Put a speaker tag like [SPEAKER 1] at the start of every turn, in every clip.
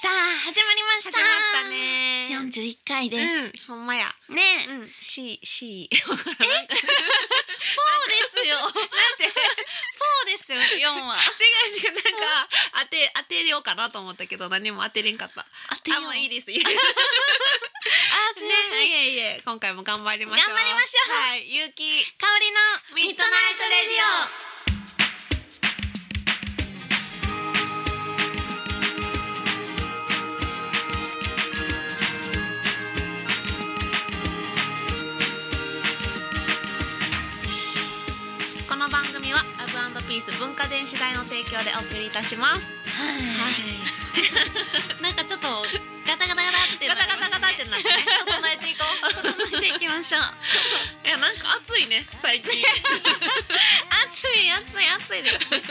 [SPEAKER 1] 始まりました
[SPEAKER 2] 始まったね
[SPEAKER 1] 四十一回です、
[SPEAKER 2] うん、ほんまや。
[SPEAKER 1] ねえ、
[SPEAKER 2] うん、C C。
[SPEAKER 1] フォーですよなん
[SPEAKER 2] て
[SPEAKER 1] フォーですよ四は
[SPEAKER 2] 違う違うなんか当て当てようかなと思ったけど何も当てれんかった。
[SPEAKER 1] あて
[SPEAKER 2] あもういい
[SPEAKER 1] で
[SPEAKER 2] です。いいです。
[SPEAKER 1] あすい
[SPEAKER 2] ね
[SPEAKER 1] ません、
[SPEAKER 2] いえいえ今回も頑張りましょう。
[SPEAKER 1] 頑張りましょう
[SPEAKER 2] はい、ゆうき。
[SPEAKER 1] 香りのミッドナイトレディオ
[SPEAKER 2] この番組はラブアンドピース文化電子台の提供でお送りいたします。
[SPEAKER 1] はいなんかちょっとガタガタガタって
[SPEAKER 2] ガタガタガタってなってね、 整えていこう。
[SPEAKER 1] 整えていきましょう
[SPEAKER 2] いやなんか 暑いね最近。
[SPEAKER 1] 暑い暑い暑いですね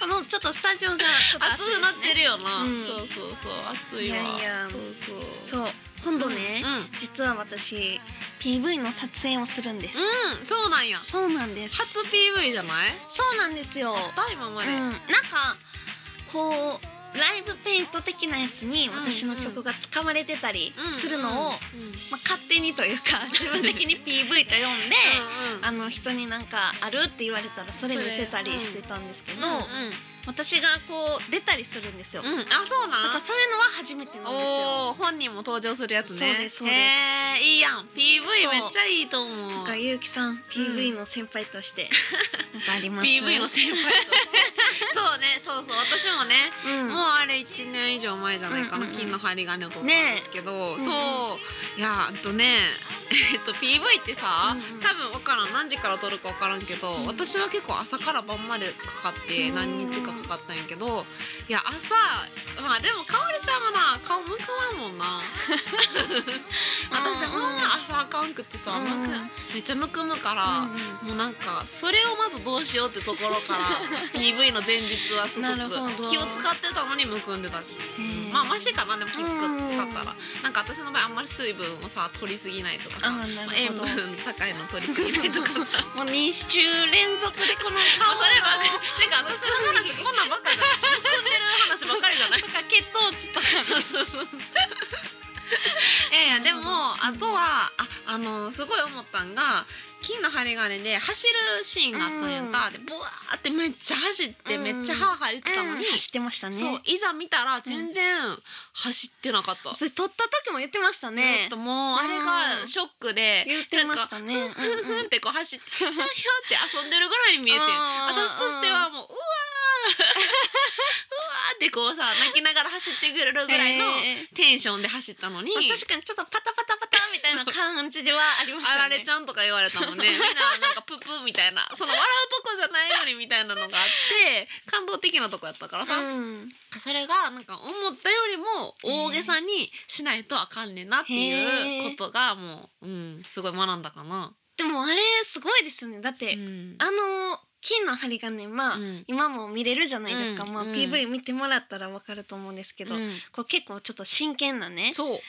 [SPEAKER 1] このちょっとスタジオがちょっと
[SPEAKER 2] 暑くなって
[SPEAKER 1] る
[SPEAKER 2] るよな。
[SPEAKER 1] うん
[SPEAKER 2] そうそうそう暑いわ。
[SPEAKER 1] いやいや
[SPEAKER 2] そうそう。
[SPEAKER 1] そう今度ね、
[SPEAKER 2] うん。
[SPEAKER 1] 実は私 PV の撮影をするんです、
[SPEAKER 2] うん、そうなんや。
[SPEAKER 1] そうなんです
[SPEAKER 2] 初 PV じゃない？
[SPEAKER 1] そうなんですよ、う
[SPEAKER 2] 大今ま
[SPEAKER 1] ん、
[SPEAKER 2] で。
[SPEAKER 1] なんかこうライブペイント的なやつに私の曲が使われてたりするのを、
[SPEAKER 2] うんうんうん
[SPEAKER 1] まあ、勝手にというか自分的に PV と呼んで、あの人になんかあるって言われたらそれ見せたりしてたんですけど、
[SPEAKER 2] う
[SPEAKER 1] 私がこう出たりするんですよ、
[SPEAKER 2] んうんうん、あそう
[SPEAKER 1] なん
[SPEAKER 2] な
[SPEAKER 1] か
[SPEAKER 2] ん。
[SPEAKER 1] そういうのは初めてなんですよ
[SPEAKER 2] おお、本人も登場するやつね。
[SPEAKER 1] そうですそうです
[SPEAKER 2] へーいいやん。
[SPEAKER 1] そう
[SPEAKER 2] PV めっちゃいいと思う。
[SPEAKER 1] なんかゆうきさん PV の先輩として なんかあります
[SPEAKER 2] PV の先輩と。そうね、そうそう。私もね、
[SPEAKER 1] うん
[SPEAKER 2] もうあれ一年以上前じゃないか
[SPEAKER 1] うん
[SPEAKER 2] な。
[SPEAKER 1] うんうん
[SPEAKER 2] 金の針金を取ったん
[SPEAKER 1] ねえ
[SPEAKER 2] ですけど、
[SPEAKER 1] んうん
[SPEAKER 2] そう。いや、あとね、えっと PV ってさ、
[SPEAKER 1] うんうん
[SPEAKER 2] 多分わからん何時から撮るかわからんけど、
[SPEAKER 1] うん
[SPEAKER 2] 私は結構朝から晩までかかって
[SPEAKER 1] うん
[SPEAKER 2] 何日かかかったんやけど、いや朝まあでもかおりちゃんはな顔むくわんもんな。私ほんま朝あかんくってさ、
[SPEAKER 1] うん
[SPEAKER 2] むくめっちゃむくむから。もうなんかそれをまずどうしようってところから PV の前日はすご
[SPEAKER 1] なるほど
[SPEAKER 2] く気を使ってたのにむくんでたし、まあマシかなでも気使っ
[SPEAKER 1] うん
[SPEAKER 2] 使ったらなんか私の場合あんまり水分をさ取りすぎないとかさ、ま
[SPEAKER 1] あな
[SPEAKER 2] あ
[SPEAKER 1] る
[SPEAKER 2] 塩
[SPEAKER 1] ほど
[SPEAKER 2] 分高いの取りすぎないとかさ
[SPEAKER 1] もう二週連続でこの
[SPEAKER 2] ま
[SPEAKER 1] 顔
[SPEAKER 2] あそれ ばてか私の話こんなんばっかじゃないむくんでる話ばっかりじゃない
[SPEAKER 1] とか血糖値とか
[SPEAKER 2] そうそうそう。ええでも
[SPEAKER 1] な
[SPEAKER 2] あ
[SPEAKER 1] るほど
[SPEAKER 2] とはああのすごい思ったんが金の針金で走るシーンがあったんやんか、でボワーってめっちゃ走って、
[SPEAKER 1] うん
[SPEAKER 2] めっちゃハーハー言ってたのに、
[SPEAKER 1] 知ってましたね
[SPEAKER 2] そういざ見たら全然走ってなかった。
[SPEAKER 1] それ撮った時も言ってました
[SPEAKER 2] ちょ
[SPEAKER 1] ね
[SPEAKER 2] っともうあれがショックで、
[SPEAKER 1] 言ってましたね
[SPEAKER 2] なんかふんふんふんってこう走って ひょひょって遊んでるぐらいに見えて
[SPEAKER 1] あー
[SPEAKER 2] 私としてはもううわーうわーってこうさ泣きながら走ってくれるぐらいの
[SPEAKER 1] えー
[SPEAKER 2] テンションで走ったのに。
[SPEAKER 1] まあ確かにちょっとパタパタパタみたいな感じではありまし
[SPEAKER 2] あ
[SPEAKER 1] た
[SPEAKER 2] ら
[SPEAKER 1] ね
[SPEAKER 2] れちゃんとか言われたもんねみんななんかプップみたいなその笑うとこじゃないのにみたいなのがあって感動的なとこやったからさ、
[SPEAKER 1] うん
[SPEAKER 2] それがなんか思ったよりも大げさにしないとあかんねんなっていうことがもう、うん、すごい学んだかな。
[SPEAKER 1] でもあれすごいですよねだって、
[SPEAKER 2] うん
[SPEAKER 1] あの金の針金まあ、
[SPEAKER 2] うん
[SPEAKER 1] 今も見れるじゃないですか、
[SPEAKER 2] うん
[SPEAKER 1] まあ、
[SPEAKER 2] うん
[SPEAKER 1] PV 見てもらったらわかると思うんですけど、
[SPEAKER 2] うん
[SPEAKER 1] こう結構ちょっと真剣なね
[SPEAKER 2] そう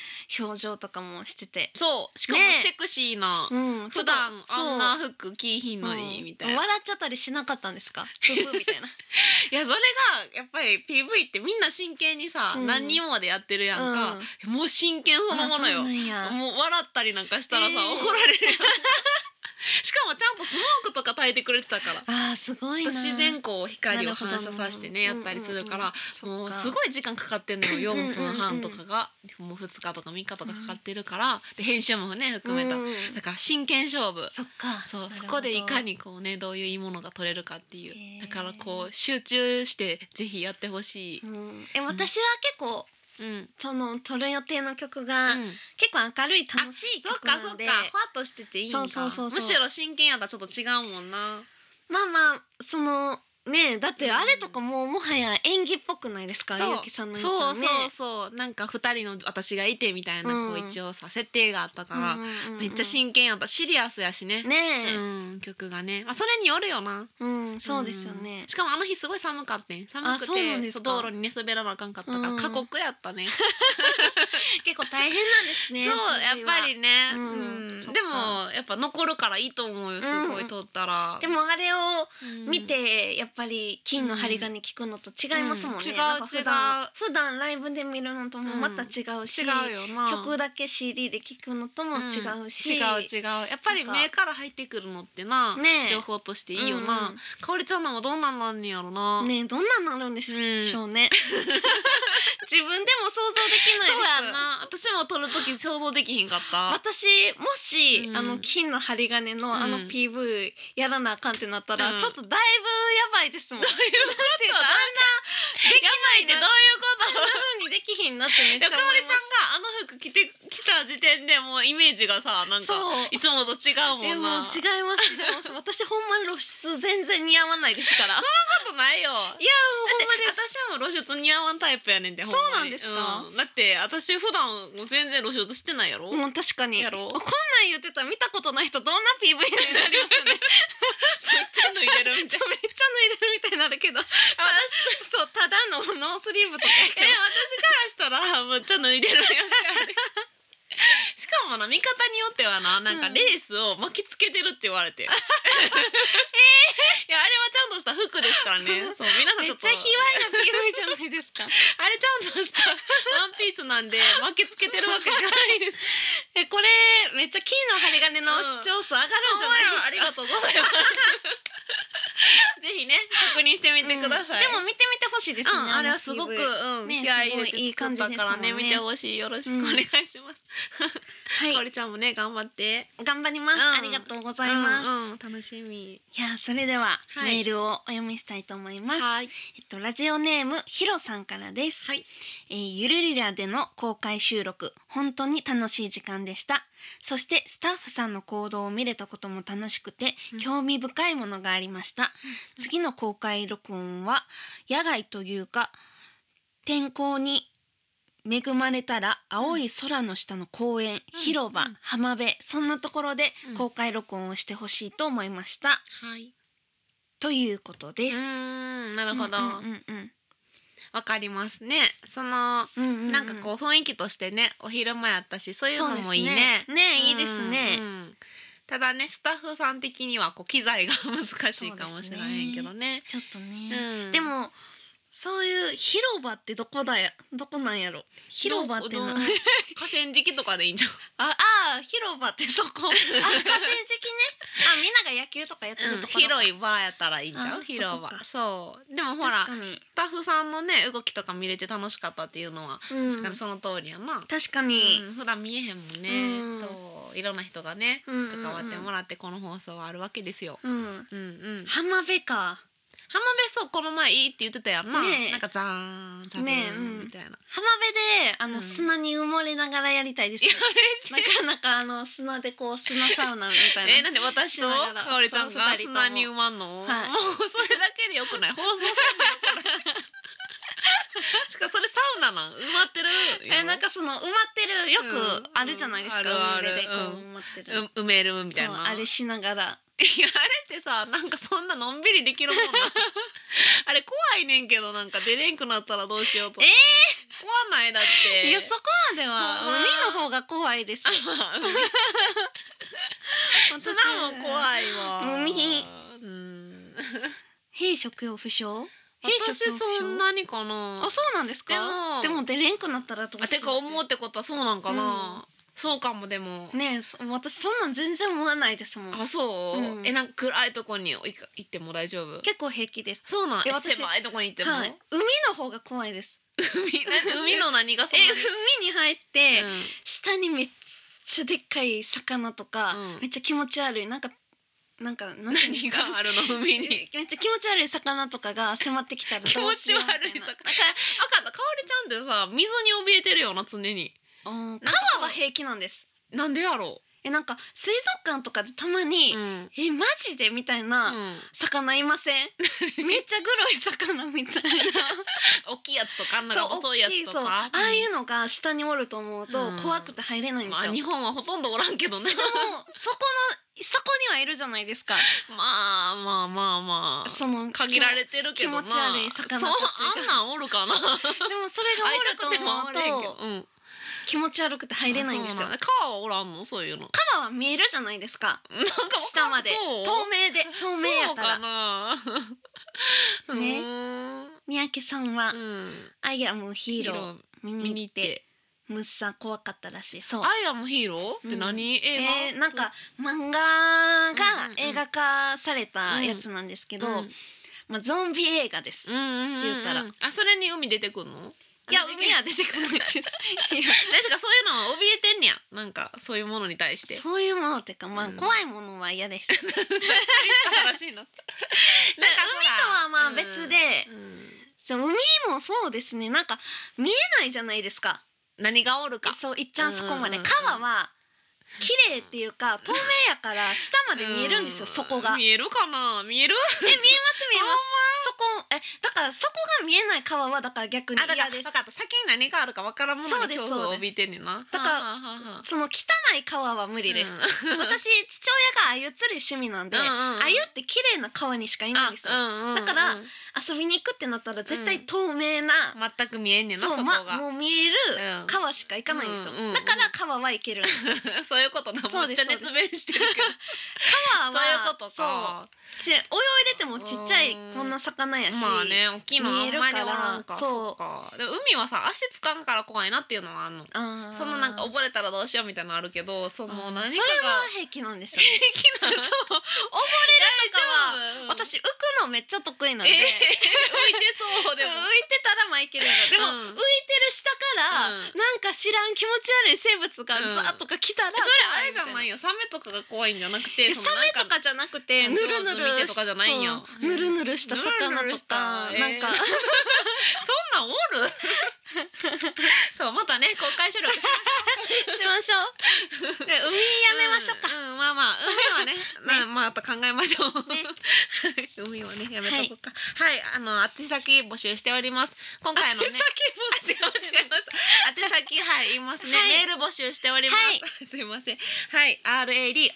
[SPEAKER 1] 表情とかもしてて、
[SPEAKER 2] そうしかも
[SPEAKER 1] ね
[SPEAKER 2] セクシーな、
[SPEAKER 1] うん、
[SPEAKER 2] 普段
[SPEAKER 1] ちょっと
[SPEAKER 2] あんな服着いひん
[SPEAKER 1] そう
[SPEAKER 2] のにみたい
[SPEAKER 1] うん
[SPEAKER 2] な、い
[SPEAKER 1] 笑っちゃったりしなかったんですかブブみたいな
[SPEAKER 2] やそれがやっぱり PV ってみんな真剣にさ、
[SPEAKER 1] うん
[SPEAKER 2] 何人までやってるやんか、
[SPEAKER 1] う
[SPEAKER 2] もう真剣そのものよ
[SPEAKER 1] あそう。なんや
[SPEAKER 2] もう笑ったりなんかしたらさ、
[SPEAKER 1] えー
[SPEAKER 2] 怒られるよしかもちゃんとスモークとか焚いてくれてたから
[SPEAKER 1] あーすごいな
[SPEAKER 2] 自然光を光を反射させてね
[SPEAKER 1] な
[SPEAKER 2] や
[SPEAKER 1] るほど
[SPEAKER 2] っ
[SPEAKER 1] な
[SPEAKER 2] たりするから、もうす
[SPEAKER 1] い
[SPEAKER 2] ごい時間かかってんのよ
[SPEAKER 1] うんうんうん
[SPEAKER 2] 4分半とかがもう2日とか3日とかかかってるからで編集もね含めただから真剣勝負
[SPEAKER 1] そっか
[SPEAKER 2] そう
[SPEAKER 1] なるほ
[SPEAKER 2] そ
[SPEAKER 1] ど
[SPEAKER 2] こでいかにこうねどういういいものが取れるかってい
[SPEAKER 1] へ
[SPEAKER 2] う
[SPEAKER 1] ー
[SPEAKER 2] だからこう集中してぜひやってほしい、
[SPEAKER 1] うんえ私は結構
[SPEAKER 2] うんうん、
[SPEAKER 1] その撮る予定の曲が、結構明るい楽しい
[SPEAKER 2] そっ
[SPEAKER 1] 曲
[SPEAKER 2] かそ
[SPEAKER 1] な
[SPEAKER 2] っ
[SPEAKER 1] の
[SPEAKER 2] か
[SPEAKER 1] で
[SPEAKER 2] ふわっとしてていいんか
[SPEAKER 1] そうそうそうそう
[SPEAKER 2] むしろ真剣やったらちょっと違うもんな
[SPEAKER 1] まあまあそのねえだってあれとかもうもはや演技っぽくないですか、
[SPEAKER 2] そう
[SPEAKER 1] ゆうきさんのやつ
[SPEAKER 2] そ
[SPEAKER 1] は
[SPEAKER 2] う
[SPEAKER 1] ね
[SPEAKER 2] そうそうなんか2人の私がいてみたいな、
[SPEAKER 1] うん
[SPEAKER 2] こう一応さ設定があったから、
[SPEAKER 1] うんうんうん
[SPEAKER 2] めっちゃ真剣やったシリアスやしね
[SPEAKER 1] ねえ
[SPEAKER 2] うん、曲がね、まあ、それによるよな
[SPEAKER 1] うん、そうですよね
[SPEAKER 2] うん、しかもあの日すごい寒かったね寒く
[SPEAKER 1] あそうなん
[SPEAKER 2] て
[SPEAKER 1] ですか
[SPEAKER 2] 道路に寝そべらなあかんかったから、
[SPEAKER 1] うん
[SPEAKER 2] 過酷やったね
[SPEAKER 1] 結構大変なんです
[SPEAKER 2] そう
[SPEAKER 1] ね
[SPEAKER 2] やっぱりね、
[SPEAKER 1] う
[SPEAKER 2] うんん
[SPEAKER 1] そっか
[SPEAKER 2] でもやっぱ残るからいいと思うよすごい撮ったら、
[SPEAKER 1] でもあれを
[SPEAKER 2] うん
[SPEAKER 1] 見てやっぱり金の針金聞くのと違いますもんね、
[SPEAKER 2] うん違う
[SPEAKER 1] なんか普段
[SPEAKER 2] 違う
[SPEAKER 1] 普段ライブで見るのともまた違うし、
[SPEAKER 2] 違うよな
[SPEAKER 1] 曲だけ CD で聞くのとも違うし、
[SPEAKER 2] 違う違うやっぱり目から入ってくるのってな
[SPEAKER 1] ねえ
[SPEAKER 2] 情報としていいよな、
[SPEAKER 1] うん
[SPEAKER 2] かおりちゃんのもどんなんなんねやろな、
[SPEAKER 1] ねえどんなんなるんで
[SPEAKER 2] うん、
[SPEAKER 1] し
[SPEAKER 2] そ
[SPEAKER 1] ょ
[SPEAKER 2] う
[SPEAKER 1] う ね自分でも想像できないです
[SPEAKER 2] やんな私も撮る時想像できひん かった
[SPEAKER 1] 私もし、
[SPEAKER 2] うん
[SPEAKER 1] あの金の針金のあの
[SPEAKER 2] うん
[SPEAKER 1] PV やらなあかんってなったら、
[SPEAKER 2] うん
[SPEAKER 1] ちょっとだいぶやばいですもん。だいぶっていうか
[SPEAKER 2] やばいってどういう
[SPEAKER 1] あん
[SPEAKER 2] こ
[SPEAKER 1] な風にできひんなって めっ
[SPEAKER 2] といや
[SPEAKER 1] ち
[SPEAKER 2] か
[SPEAKER 1] ゃ
[SPEAKER 2] お
[SPEAKER 1] 思い
[SPEAKER 2] りちゃん
[SPEAKER 1] ます。
[SPEAKER 2] があの服着てきた時点でもうイメージがさなんか
[SPEAKER 1] そう
[SPEAKER 2] いつもと違う
[SPEAKER 1] え
[SPEAKER 2] もん
[SPEAKER 1] もう
[SPEAKER 2] な
[SPEAKER 1] 違い ます。でも私ほんま露出全然似合わないですから。そう
[SPEAKER 2] ことないよいや
[SPEAKER 1] ほんまです。
[SPEAKER 2] 私はもう露出似合わんタイプやねんてほ
[SPEAKER 1] そう
[SPEAKER 2] まに
[SPEAKER 1] なんですか
[SPEAKER 2] うんだって私普段もう全然露出してないやろ、
[SPEAKER 1] もう確かに。
[SPEAKER 2] や
[SPEAKER 1] こん
[SPEAKER 2] ろ
[SPEAKER 1] なん言ってたら見たことない人どんな PV に なりますよね。
[SPEAKER 2] めっちゃ脱いでるみたいな
[SPEAKER 1] めっちゃ脱いでるみたいになるけど。私そうただのノースリーブとか。
[SPEAKER 2] え私からしたらむっちゃ脱いでるやんかあれ しかもな見方によってはななんか
[SPEAKER 1] うん
[SPEAKER 2] レースを巻きつけてるって言わ れて、えいやあれはちゃんとした服ですからねそう皆さん
[SPEAKER 1] め
[SPEAKER 2] ちょ
[SPEAKER 1] っ
[SPEAKER 2] っ
[SPEAKER 1] ち
[SPEAKER 2] と
[SPEAKER 1] ゃ卑猥な PV じゃないですか。
[SPEAKER 2] あれちゃんとしたワンピースなんで巻きつけてるわけじゃないです
[SPEAKER 1] えこれめっちゃ金の針金の視聴数上がるんじゃないですか。
[SPEAKER 2] ありがとうございます。ぜひね、確認してみてください。
[SPEAKER 1] うんでも見てみてほしいですね。
[SPEAKER 2] うん、あれは
[SPEAKER 1] の
[SPEAKER 2] すごく、
[SPEAKER 1] PV
[SPEAKER 2] うん、
[SPEAKER 1] ね
[SPEAKER 2] 気合い入れ
[SPEAKER 1] すごいい
[SPEAKER 2] て
[SPEAKER 1] い感
[SPEAKER 2] 作っ
[SPEAKER 1] じ
[SPEAKER 2] た
[SPEAKER 1] です
[SPEAKER 2] か
[SPEAKER 1] も
[SPEAKER 2] ら
[SPEAKER 1] んね
[SPEAKER 2] ね、見てほしい。よろしく
[SPEAKER 1] う
[SPEAKER 2] お
[SPEAKER 1] ん
[SPEAKER 2] 願いします。
[SPEAKER 1] はい
[SPEAKER 2] かおりちゃんもね、頑張って。
[SPEAKER 1] 頑張ります、
[SPEAKER 2] うん
[SPEAKER 1] ありがとうございます、
[SPEAKER 2] うんうん楽しみ。
[SPEAKER 1] いやそれでは、
[SPEAKER 2] はい
[SPEAKER 1] メールをお読みしたいと思います、
[SPEAKER 2] はい。
[SPEAKER 1] えっとラジオネームひろさんからです、
[SPEAKER 2] はい。
[SPEAKER 1] えーゆるりらでの公開収録本当に楽しい時間でしたそしてスタッフさんの行動を見れたことも楽しくて
[SPEAKER 2] うん
[SPEAKER 1] 興味深いものがありました、次の公開録音は野外というか天候に恵まれたら青い空の下の公園、
[SPEAKER 2] うん
[SPEAKER 1] 広場、
[SPEAKER 2] うん
[SPEAKER 1] 浜辺そんなところで
[SPEAKER 2] うん
[SPEAKER 1] 公開録音をしてほしいと思いました、
[SPEAKER 2] はい。
[SPEAKER 1] ということ
[SPEAKER 2] う
[SPEAKER 1] です。
[SPEAKER 2] ーん、なるほど。
[SPEAKER 1] う
[SPEAKER 2] わ、
[SPEAKER 1] んうん
[SPEAKER 2] かりますね。その。
[SPEAKER 1] うんうんうんうん
[SPEAKER 2] なんかこう雰囲気としてねお昼前やったしそういう
[SPEAKER 1] そう
[SPEAKER 2] の
[SPEAKER 1] です
[SPEAKER 2] もいいね
[SPEAKER 1] ね。ねいいですね。
[SPEAKER 2] うんうんただねスタッフさん的にはこう機材が 難しいかもしれへんけどね。
[SPEAKER 1] ちょっと
[SPEAKER 2] う
[SPEAKER 1] ね、
[SPEAKER 2] ん
[SPEAKER 1] でもそういう広場ってどこだやどこなんやろ広場って
[SPEAKER 2] ど
[SPEAKER 1] な
[SPEAKER 2] ど
[SPEAKER 1] あ
[SPEAKER 2] 河川敷とかでいいんじゃん。
[SPEAKER 1] あー広場ってそこ あ河川敷ねあみんなが野球とかやってるところ、
[SPEAKER 2] 広
[SPEAKER 1] い
[SPEAKER 2] いバーやったらいいんじゃ
[SPEAKER 1] あ
[SPEAKER 2] ん広場
[SPEAKER 1] そこか
[SPEAKER 2] そうでもほら
[SPEAKER 1] 確
[SPEAKER 2] ス
[SPEAKER 1] かに、
[SPEAKER 2] タッフさんのね動きとか見れて楽しかったっていうのは
[SPEAKER 1] うん
[SPEAKER 2] 確かにその通りやな、
[SPEAKER 1] 確かに、
[SPEAKER 2] うん普段見えへんもんね、
[SPEAKER 1] うん
[SPEAKER 2] そういろんな人がね
[SPEAKER 1] うんうんうん
[SPEAKER 2] 関わってもらってこの放送はあるわけですよ、
[SPEAKER 1] うん、
[SPEAKER 2] うんうん
[SPEAKER 1] 浜辺か
[SPEAKER 2] 浜辺そうこの前いいって言ってたやんな、
[SPEAKER 1] ねえ
[SPEAKER 2] なんかザーンザブ
[SPEAKER 1] ねえ
[SPEAKER 2] ー
[SPEAKER 1] うん
[SPEAKER 2] ンみたいな、
[SPEAKER 1] 浜辺であの、
[SPEAKER 2] うん
[SPEAKER 1] 砂に埋もれながらやりたいです
[SPEAKER 2] いや
[SPEAKER 1] なかなかあの砂でこう砂サウナみたいな
[SPEAKER 2] えー、なんで私
[SPEAKER 1] し
[SPEAKER 2] と
[SPEAKER 1] ながら
[SPEAKER 2] かおりちゃんが
[SPEAKER 1] そう二人とも
[SPEAKER 2] 砂に埋まんの、
[SPEAKER 1] はい
[SPEAKER 2] もうそれだけでよくない放送せんでよくない しかもそれサウナなん埋まってるよ
[SPEAKER 1] えなんかその埋まってるよ
[SPEAKER 2] うん
[SPEAKER 1] くあるじゃないですか、
[SPEAKER 2] うんあるある
[SPEAKER 1] 海辺でこう
[SPEAKER 2] う
[SPEAKER 1] 埋まってる、
[SPEAKER 2] う埋めるみたい
[SPEAKER 1] そう
[SPEAKER 2] な
[SPEAKER 1] あれしながら
[SPEAKER 2] いやあれってさなんかそんなのんびりできるもんな あれ怖いねんけどなんか出れんくなったらどうしようとか
[SPEAKER 1] え
[SPEAKER 2] 怖ないだって
[SPEAKER 1] い やそこまでは
[SPEAKER 2] ほんま
[SPEAKER 1] 海の方が怖いです
[SPEAKER 2] 砂も怖いわ
[SPEAKER 1] 海
[SPEAKER 2] うん
[SPEAKER 1] 兵食用不詳兵食
[SPEAKER 2] 私
[SPEAKER 1] 用不
[SPEAKER 2] そん
[SPEAKER 1] 詳
[SPEAKER 2] なにかな
[SPEAKER 1] あそうなんですか
[SPEAKER 2] でも
[SPEAKER 1] でも出れんくなったらどう
[SPEAKER 2] あ
[SPEAKER 1] しよ
[SPEAKER 2] て
[SPEAKER 1] う
[SPEAKER 2] か思うってことはそうなんかな、そうかもでも、
[SPEAKER 1] ねえそ私そんなん全然思わないですもん
[SPEAKER 2] あそう、
[SPEAKER 1] うん
[SPEAKER 2] えなんか暗いとこに行く行っても大丈夫
[SPEAKER 1] 結構平気です
[SPEAKER 2] そうなん
[SPEAKER 1] え
[SPEAKER 2] え
[SPEAKER 1] 私
[SPEAKER 2] 狭いとこに行っても、
[SPEAKER 1] はい海の方が怖いです
[SPEAKER 2] 海 な海の何がそ
[SPEAKER 1] え
[SPEAKER 2] んなに
[SPEAKER 1] 海に入って、
[SPEAKER 2] うん
[SPEAKER 1] 下にめっちゃでっかい魚とか、
[SPEAKER 2] うん
[SPEAKER 1] めっちゃ気持ち悪いなんかなんか何
[SPEAKER 2] 何があるの海に
[SPEAKER 1] めっちゃ気持ち悪い魚とかが迫ってきたらどう
[SPEAKER 2] 気持
[SPEAKER 1] し
[SPEAKER 2] ち
[SPEAKER 1] よう
[SPEAKER 2] 悪
[SPEAKER 1] みたいない
[SPEAKER 2] 魚あかんたかおりちゃんってさ水に怯えてるよな常に
[SPEAKER 1] うん
[SPEAKER 2] なんか
[SPEAKER 1] 川は平気なんです
[SPEAKER 2] なんでやろ
[SPEAKER 1] えなんか水族館とかでたまに、
[SPEAKER 2] う、うん、
[SPEAKER 1] えマジでみたいうなん魚いません めっちゃグロい魚みたい
[SPEAKER 2] 大きいやつとかあん
[SPEAKER 1] な
[SPEAKER 2] な細いやつと
[SPEAKER 1] そう
[SPEAKER 2] か
[SPEAKER 1] ああいうのが下におると思うと
[SPEAKER 2] うん
[SPEAKER 1] 怖くて入れないんです
[SPEAKER 2] まあ
[SPEAKER 1] よ、
[SPEAKER 2] 日本はほとんどおらんけどね
[SPEAKER 1] でもそこのそこにはいるじゃないです か
[SPEAKER 2] まあまあまあまあ
[SPEAKER 1] その
[SPEAKER 2] 限られてるけどな
[SPEAKER 1] 気持ち悪い魚たちが
[SPEAKER 2] そうあんなんおるかな
[SPEAKER 1] でもそれがおると思うと
[SPEAKER 2] うんあ
[SPEAKER 1] 気持ち悪くて入れないんです
[SPEAKER 2] そう
[SPEAKER 1] よ
[SPEAKER 2] なだ川はおらんのそういうの
[SPEAKER 1] 川は見えるじゃないですか
[SPEAKER 2] なんかわかん
[SPEAKER 1] 下まで
[SPEAKER 2] そう
[SPEAKER 1] 透明で透明やった
[SPEAKER 2] そうからな
[SPEAKER 1] ね
[SPEAKER 2] うーん
[SPEAKER 1] 三宅さんは
[SPEAKER 2] うん
[SPEAKER 1] 「アイアムヒーロー
[SPEAKER 2] ー」
[SPEAKER 1] 見
[SPEAKER 2] 見
[SPEAKER 1] に
[SPEAKER 2] に
[SPEAKER 1] 行
[SPEAKER 2] 行
[SPEAKER 1] っ
[SPEAKER 2] ってて
[SPEAKER 1] ムスさん怖かったらしいそう
[SPEAKER 2] アイアムヒーローって何、映画、
[SPEAKER 1] えーなんか漫画
[SPEAKER 2] うんうんう
[SPEAKER 1] が
[SPEAKER 2] ん
[SPEAKER 1] 映画化されたやつなんですけど、
[SPEAKER 2] うん
[SPEAKER 1] まあ、ゾンビ映画です、
[SPEAKER 2] うんうんうんうん
[SPEAKER 1] って言ったら
[SPEAKER 2] あそれに海出てくんの
[SPEAKER 1] いや
[SPEAKER 2] あ出てけ
[SPEAKER 1] 海 は出てこないですいや
[SPEAKER 2] 確かそういうのは怯えてんねやなんかそういうものに対して
[SPEAKER 1] そういうものっていうかまあ、
[SPEAKER 2] うん
[SPEAKER 1] 怖いものは嫌 です
[SPEAKER 2] 話に なった
[SPEAKER 1] なんか海とはまあ別で、
[SPEAKER 2] うんうん
[SPEAKER 1] じゃあ海もそうですねなんか見えないじゃないですか
[SPEAKER 2] 何がおるか
[SPEAKER 1] そういっちゃんそこまで、
[SPEAKER 2] うんうんうん
[SPEAKER 1] 川は綺麗っていうか透明やから下まで見えるんですよ、
[SPEAKER 2] う
[SPEAKER 1] そこがえ見え
[SPEAKER 2] 見えるかな見える
[SPEAKER 1] ます見えますそこえだからそこが見えない川はだから逆に
[SPEAKER 2] あだから
[SPEAKER 1] 嫌で
[SPEAKER 2] 分
[SPEAKER 1] す
[SPEAKER 2] かった先に何があるか分からんも
[SPEAKER 1] そ
[SPEAKER 2] の
[SPEAKER 1] うで
[SPEAKER 2] に
[SPEAKER 1] す
[SPEAKER 2] 恐怖を
[SPEAKER 1] そうです
[SPEAKER 2] 怯えてんねんな
[SPEAKER 1] だから
[SPEAKER 2] はあはあはあ
[SPEAKER 1] その汚い川は無理です、
[SPEAKER 2] うん
[SPEAKER 1] 私父親が鮎釣り趣味なんで
[SPEAKER 2] うんうんうん
[SPEAKER 1] 鮎って綺麗な川にしかいないんですよ、
[SPEAKER 2] あうんうんうん
[SPEAKER 1] だから遊びに行くってなったら絶対透明な、
[SPEAKER 2] 全く見えんねんな
[SPEAKER 1] そ
[SPEAKER 2] そうこ
[SPEAKER 1] ま
[SPEAKER 2] が
[SPEAKER 1] もう見える
[SPEAKER 2] うん
[SPEAKER 1] 川しか行かないんですよ、
[SPEAKER 2] うんうんうん
[SPEAKER 1] だから川は行けるんです
[SPEAKER 2] そういうことなめっ
[SPEAKER 1] そうです
[SPEAKER 2] ちゃ熱弁し てるけど
[SPEAKER 1] 川
[SPEAKER 2] そ
[SPEAKER 1] は
[SPEAKER 2] ういうこと
[SPEAKER 1] そう
[SPEAKER 2] か
[SPEAKER 1] ち泳いでてもちっちゃい
[SPEAKER 2] うん
[SPEAKER 1] こんな魚やし、
[SPEAKER 2] まあね大きいのはあんまりおらん
[SPEAKER 1] 見えるか
[SPEAKER 2] からそうかで海はさ足つかんから怖いなっていうのはあんの
[SPEAKER 1] あー
[SPEAKER 2] そのなんか溺れたらどうしようみたいなのあるけどその
[SPEAKER 1] あー
[SPEAKER 2] 何かが
[SPEAKER 1] それは平気なんですよ
[SPEAKER 2] 平気なのそう
[SPEAKER 1] 溺れるとかは
[SPEAKER 2] 大丈夫
[SPEAKER 1] 私浮くのめっちゃ得意なん
[SPEAKER 2] え
[SPEAKER 1] で、
[SPEAKER 2] ー浮いてそう
[SPEAKER 1] で
[SPEAKER 2] で
[SPEAKER 1] も浮い
[SPEAKER 2] も
[SPEAKER 1] てたらまあいけるのでも、
[SPEAKER 2] うん
[SPEAKER 1] 浮いてる下から、
[SPEAKER 2] うん
[SPEAKER 1] なんか知らん気持ち悪い生物が
[SPEAKER 2] うん
[SPEAKER 1] ザーッとか来たら、
[SPEAKER 2] それあれじゃない
[SPEAKER 1] い
[SPEAKER 2] よサメとかが怖いんじゃなくて
[SPEAKER 1] や
[SPEAKER 2] そ
[SPEAKER 1] サ
[SPEAKER 2] のな
[SPEAKER 1] メ
[SPEAKER 2] んか
[SPEAKER 1] とかじゃなくて
[SPEAKER 2] うん
[SPEAKER 1] ぬるぬ
[SPEAKER 2] 上手見
[SPEAKER 1] る
[SPEAKER 2] てとかじゃないんや
[SPEAKER 1] そうぬるぬるした魚
[SPEAKER 2] ぬるぬる
[SPEAKER 1] と
[SPEAKER 2] した
[SPEAKER 1] か
[SPEAKER 2] えー
[SPEAKER 1] なんか、
[SPEAKER 2] そんなん おるそうまたね公開収録し
[SPEAKER 1] しましょう。で海やめましょうか。
[SPEAKER 2] んうんまあまあ 海はねなまああと考えましょう、
[SPEAKER 1] ね
[SPEAKER 2] 海はねやめとこうかはい、あの宛先募集しております今回のね違う違いました宛先はい言いますね、
[SPEAKER 1] はい
[SPEAKER 2] メール募集しております、 すいませんはい radio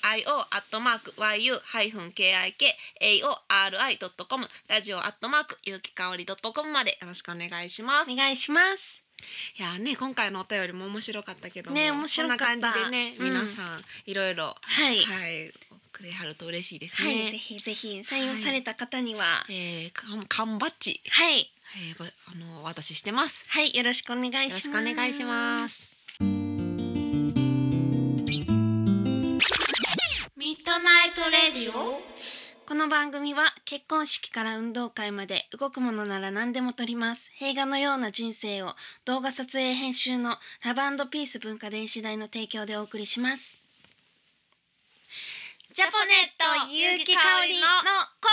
[SPEAKER 2] アットマーク yu ハイフン kik aori ドットコムラジオアットマーク有機香りドットコムまでよろしくお願いします
[SPEAKER 1] お願いします。
[SPEAKER 2] いやーね今回のお便りも面白かったけども
[SPEAKER 1] ね面白かった
[SPEAKER 2] こんな感じでね
[SPEAKER 1] うん
[SPEAKER 2] 皆さん、いろいろ
[SPEAKER 1] はい。は
[SPEAKER 2] はいくれはると嬉しいですね、
[SPEAKER 1] い、ぜひぜひ採用された方には、はい、
[SPEAKER 2] えー、缶缶バッジ、
[SPEAKER 1] はい、
[SPEAKER 2] えー、ぼあのお渡ししてます
[SPEAKER 1] よろしくお願いし
[SPEAKER 2] よ
[SPEAKER 1] ま
[SPEAKER 2] ろ
[SPEAKER 1] す。。
[SPEAKER 2] しくお願いしますす
[SPEAKER 1] ミッドナイトレディオ。この番組は結婚式から運動会まで動くものなら何でも撮ります映画のような人生を動画撮影編集のラブピース文化電子代の提供でお送りしますジャポネット有機香りのコ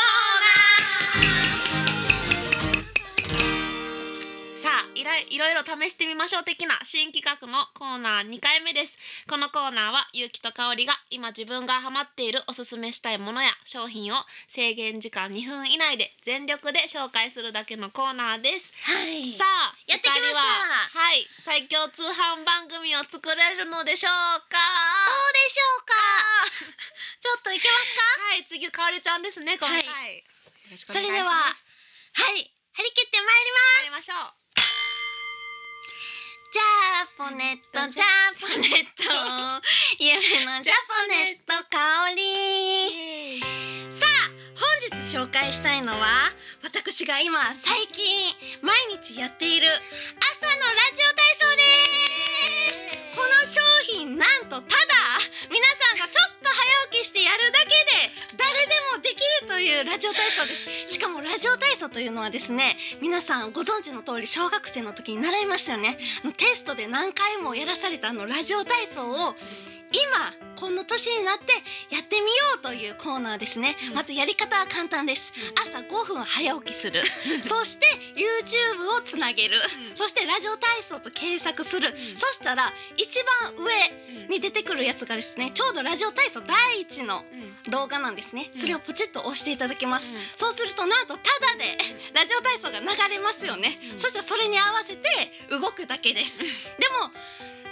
[SPEAKER 2] さあいらいろいろ試してみましょう的な新企画のコーナー2回目ですこのコーナーはゆうきとかおりが今自分がハマっているおすすめしたいものや商品を制限時間2分以内で全力で紹介するだけのコーナーです
[SPEAKER 1] ーナーはい
[SPEAKER 2] さあ
[SPEAKER 1] やってきました
[SPEAKER 2] 二人ははい最強通販番組を作れるのでしょうか
[SPEAKER 1] どうでしょうかちょっといけますか
[SPEAKER 2] はい次かおりちゃんですね今
[SPEAKER 1] は
[SPEAKER 2] 回、
[SPEAKER 1] い
[SPEAKER 2] はい、よろしく
[SPEAKER 1] そ
[SPEAKER 2] お願い
[SPEAKER 1] れで
[SPEAKER 2] し
[SPEAKER 1] はは
[SPEAKER 2] ま
[SPEAKER 1] い張り切ってまいり
[SPEAKER 2] す参りましょう
[SPEAKER 1] ジャポネットジャポネット夢のジャポネット香り本日紹介したいのは私が今最近毎日やっている朝のラジオ体操ですこの商品なんとただ皆さんがちょっと早起きしてやるだけで誰でもできるというラジオ体操ですしかもラジオ体操というのはですね皆さんご存知の通り小学生の時に習いましたよねあのテストで何回もやらされたあのラジオ体操を今この年になってやってみようというコーナーですね、
[SPEAKER 2] うん
[SPEAKER 1] まずやり方は簡単です朝5分早起きす るそして YouTube をつなげる
[SPEAKER 2] うん
[SPEAKER 1] そしてラジオ体操と検索する
[SPEAKER 2] うん
[SPEAKER 1] そしたら一番上に出てくるやつがですねちょうどラジオ体操第一の
[SPEAKER 2] うんうん
[SPEAKER 1] 動画なんですね
[SPEAKER 2] うん
[SPEAKER 1] それをポチッと押していただけます、
[SPEAKER 2] うん
[SPEAKER 1] そうするとなんとタダでラジオ体操が流れますよね、
[SPEAKER 2] うん
[SPEAKER 1] そしたらそれに合わせて動くだけですでも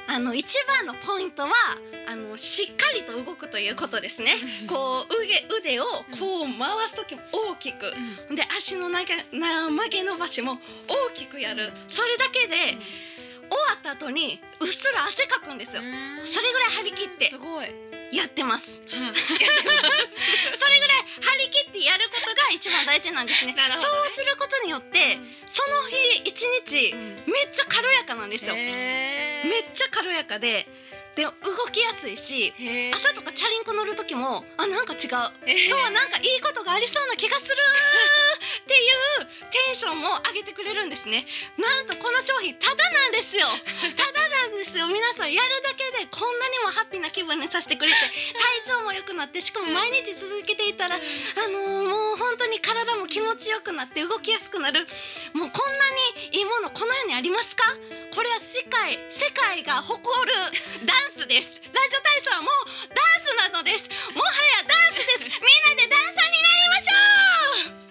[SPEAKER 1] あの一番のポイントはあのしっかりと動くということですねこう腕腕をこう回す時も大きく
[SPEAKER 2] うん
[SPEAKER 1] で足の長な曲げ伸ばしも大きくやるそれだけで終わった後にうっすら汗かくんですよ
[SPEAKER 2] うん
[SPEAKER 1] それぐらい張り切って
[SPEAKER 2] すごい
[SPEAKER 1] やってます
[SPEAKER 2] うん
[SPEAKER 1] それぐらい張り切ってやることが一番大事なんですね
[SPEAKER 2] なるほどね
[SPEAKER 1] そうすることによってその日一日
[SPEAKER 2] うん
[SPEAKER 1] めっちゃ軽やかなんですよ、
[SPEAKER 2] へー
[SPEAKER 1] めっちゃ軽やかでで動きやすいし
[SPEAKER 2] へー
[SPEAKER 1] 朝とかチャリンコ乗る時もあなんか違う今
[SPEAKER 2] え
[SPEAKER 1] 日はなんかいいことがありそうな気がするっていうテンションも上げてくれるんですねなんとこの商品ただなんですよただなんですよ皆さんやるだけでこんなにもハッピーな気分にさせてくれて体調も良くなってしかも毎日続けていたらあのーもう本当に体も気持ちよくなって動きやすくなるもうこんなにいいものこの世にありますかこれは世界世界が誇るダンスですラジオ体操はもうダンスなのですもはやダンスですみんなでダンサーになりましょう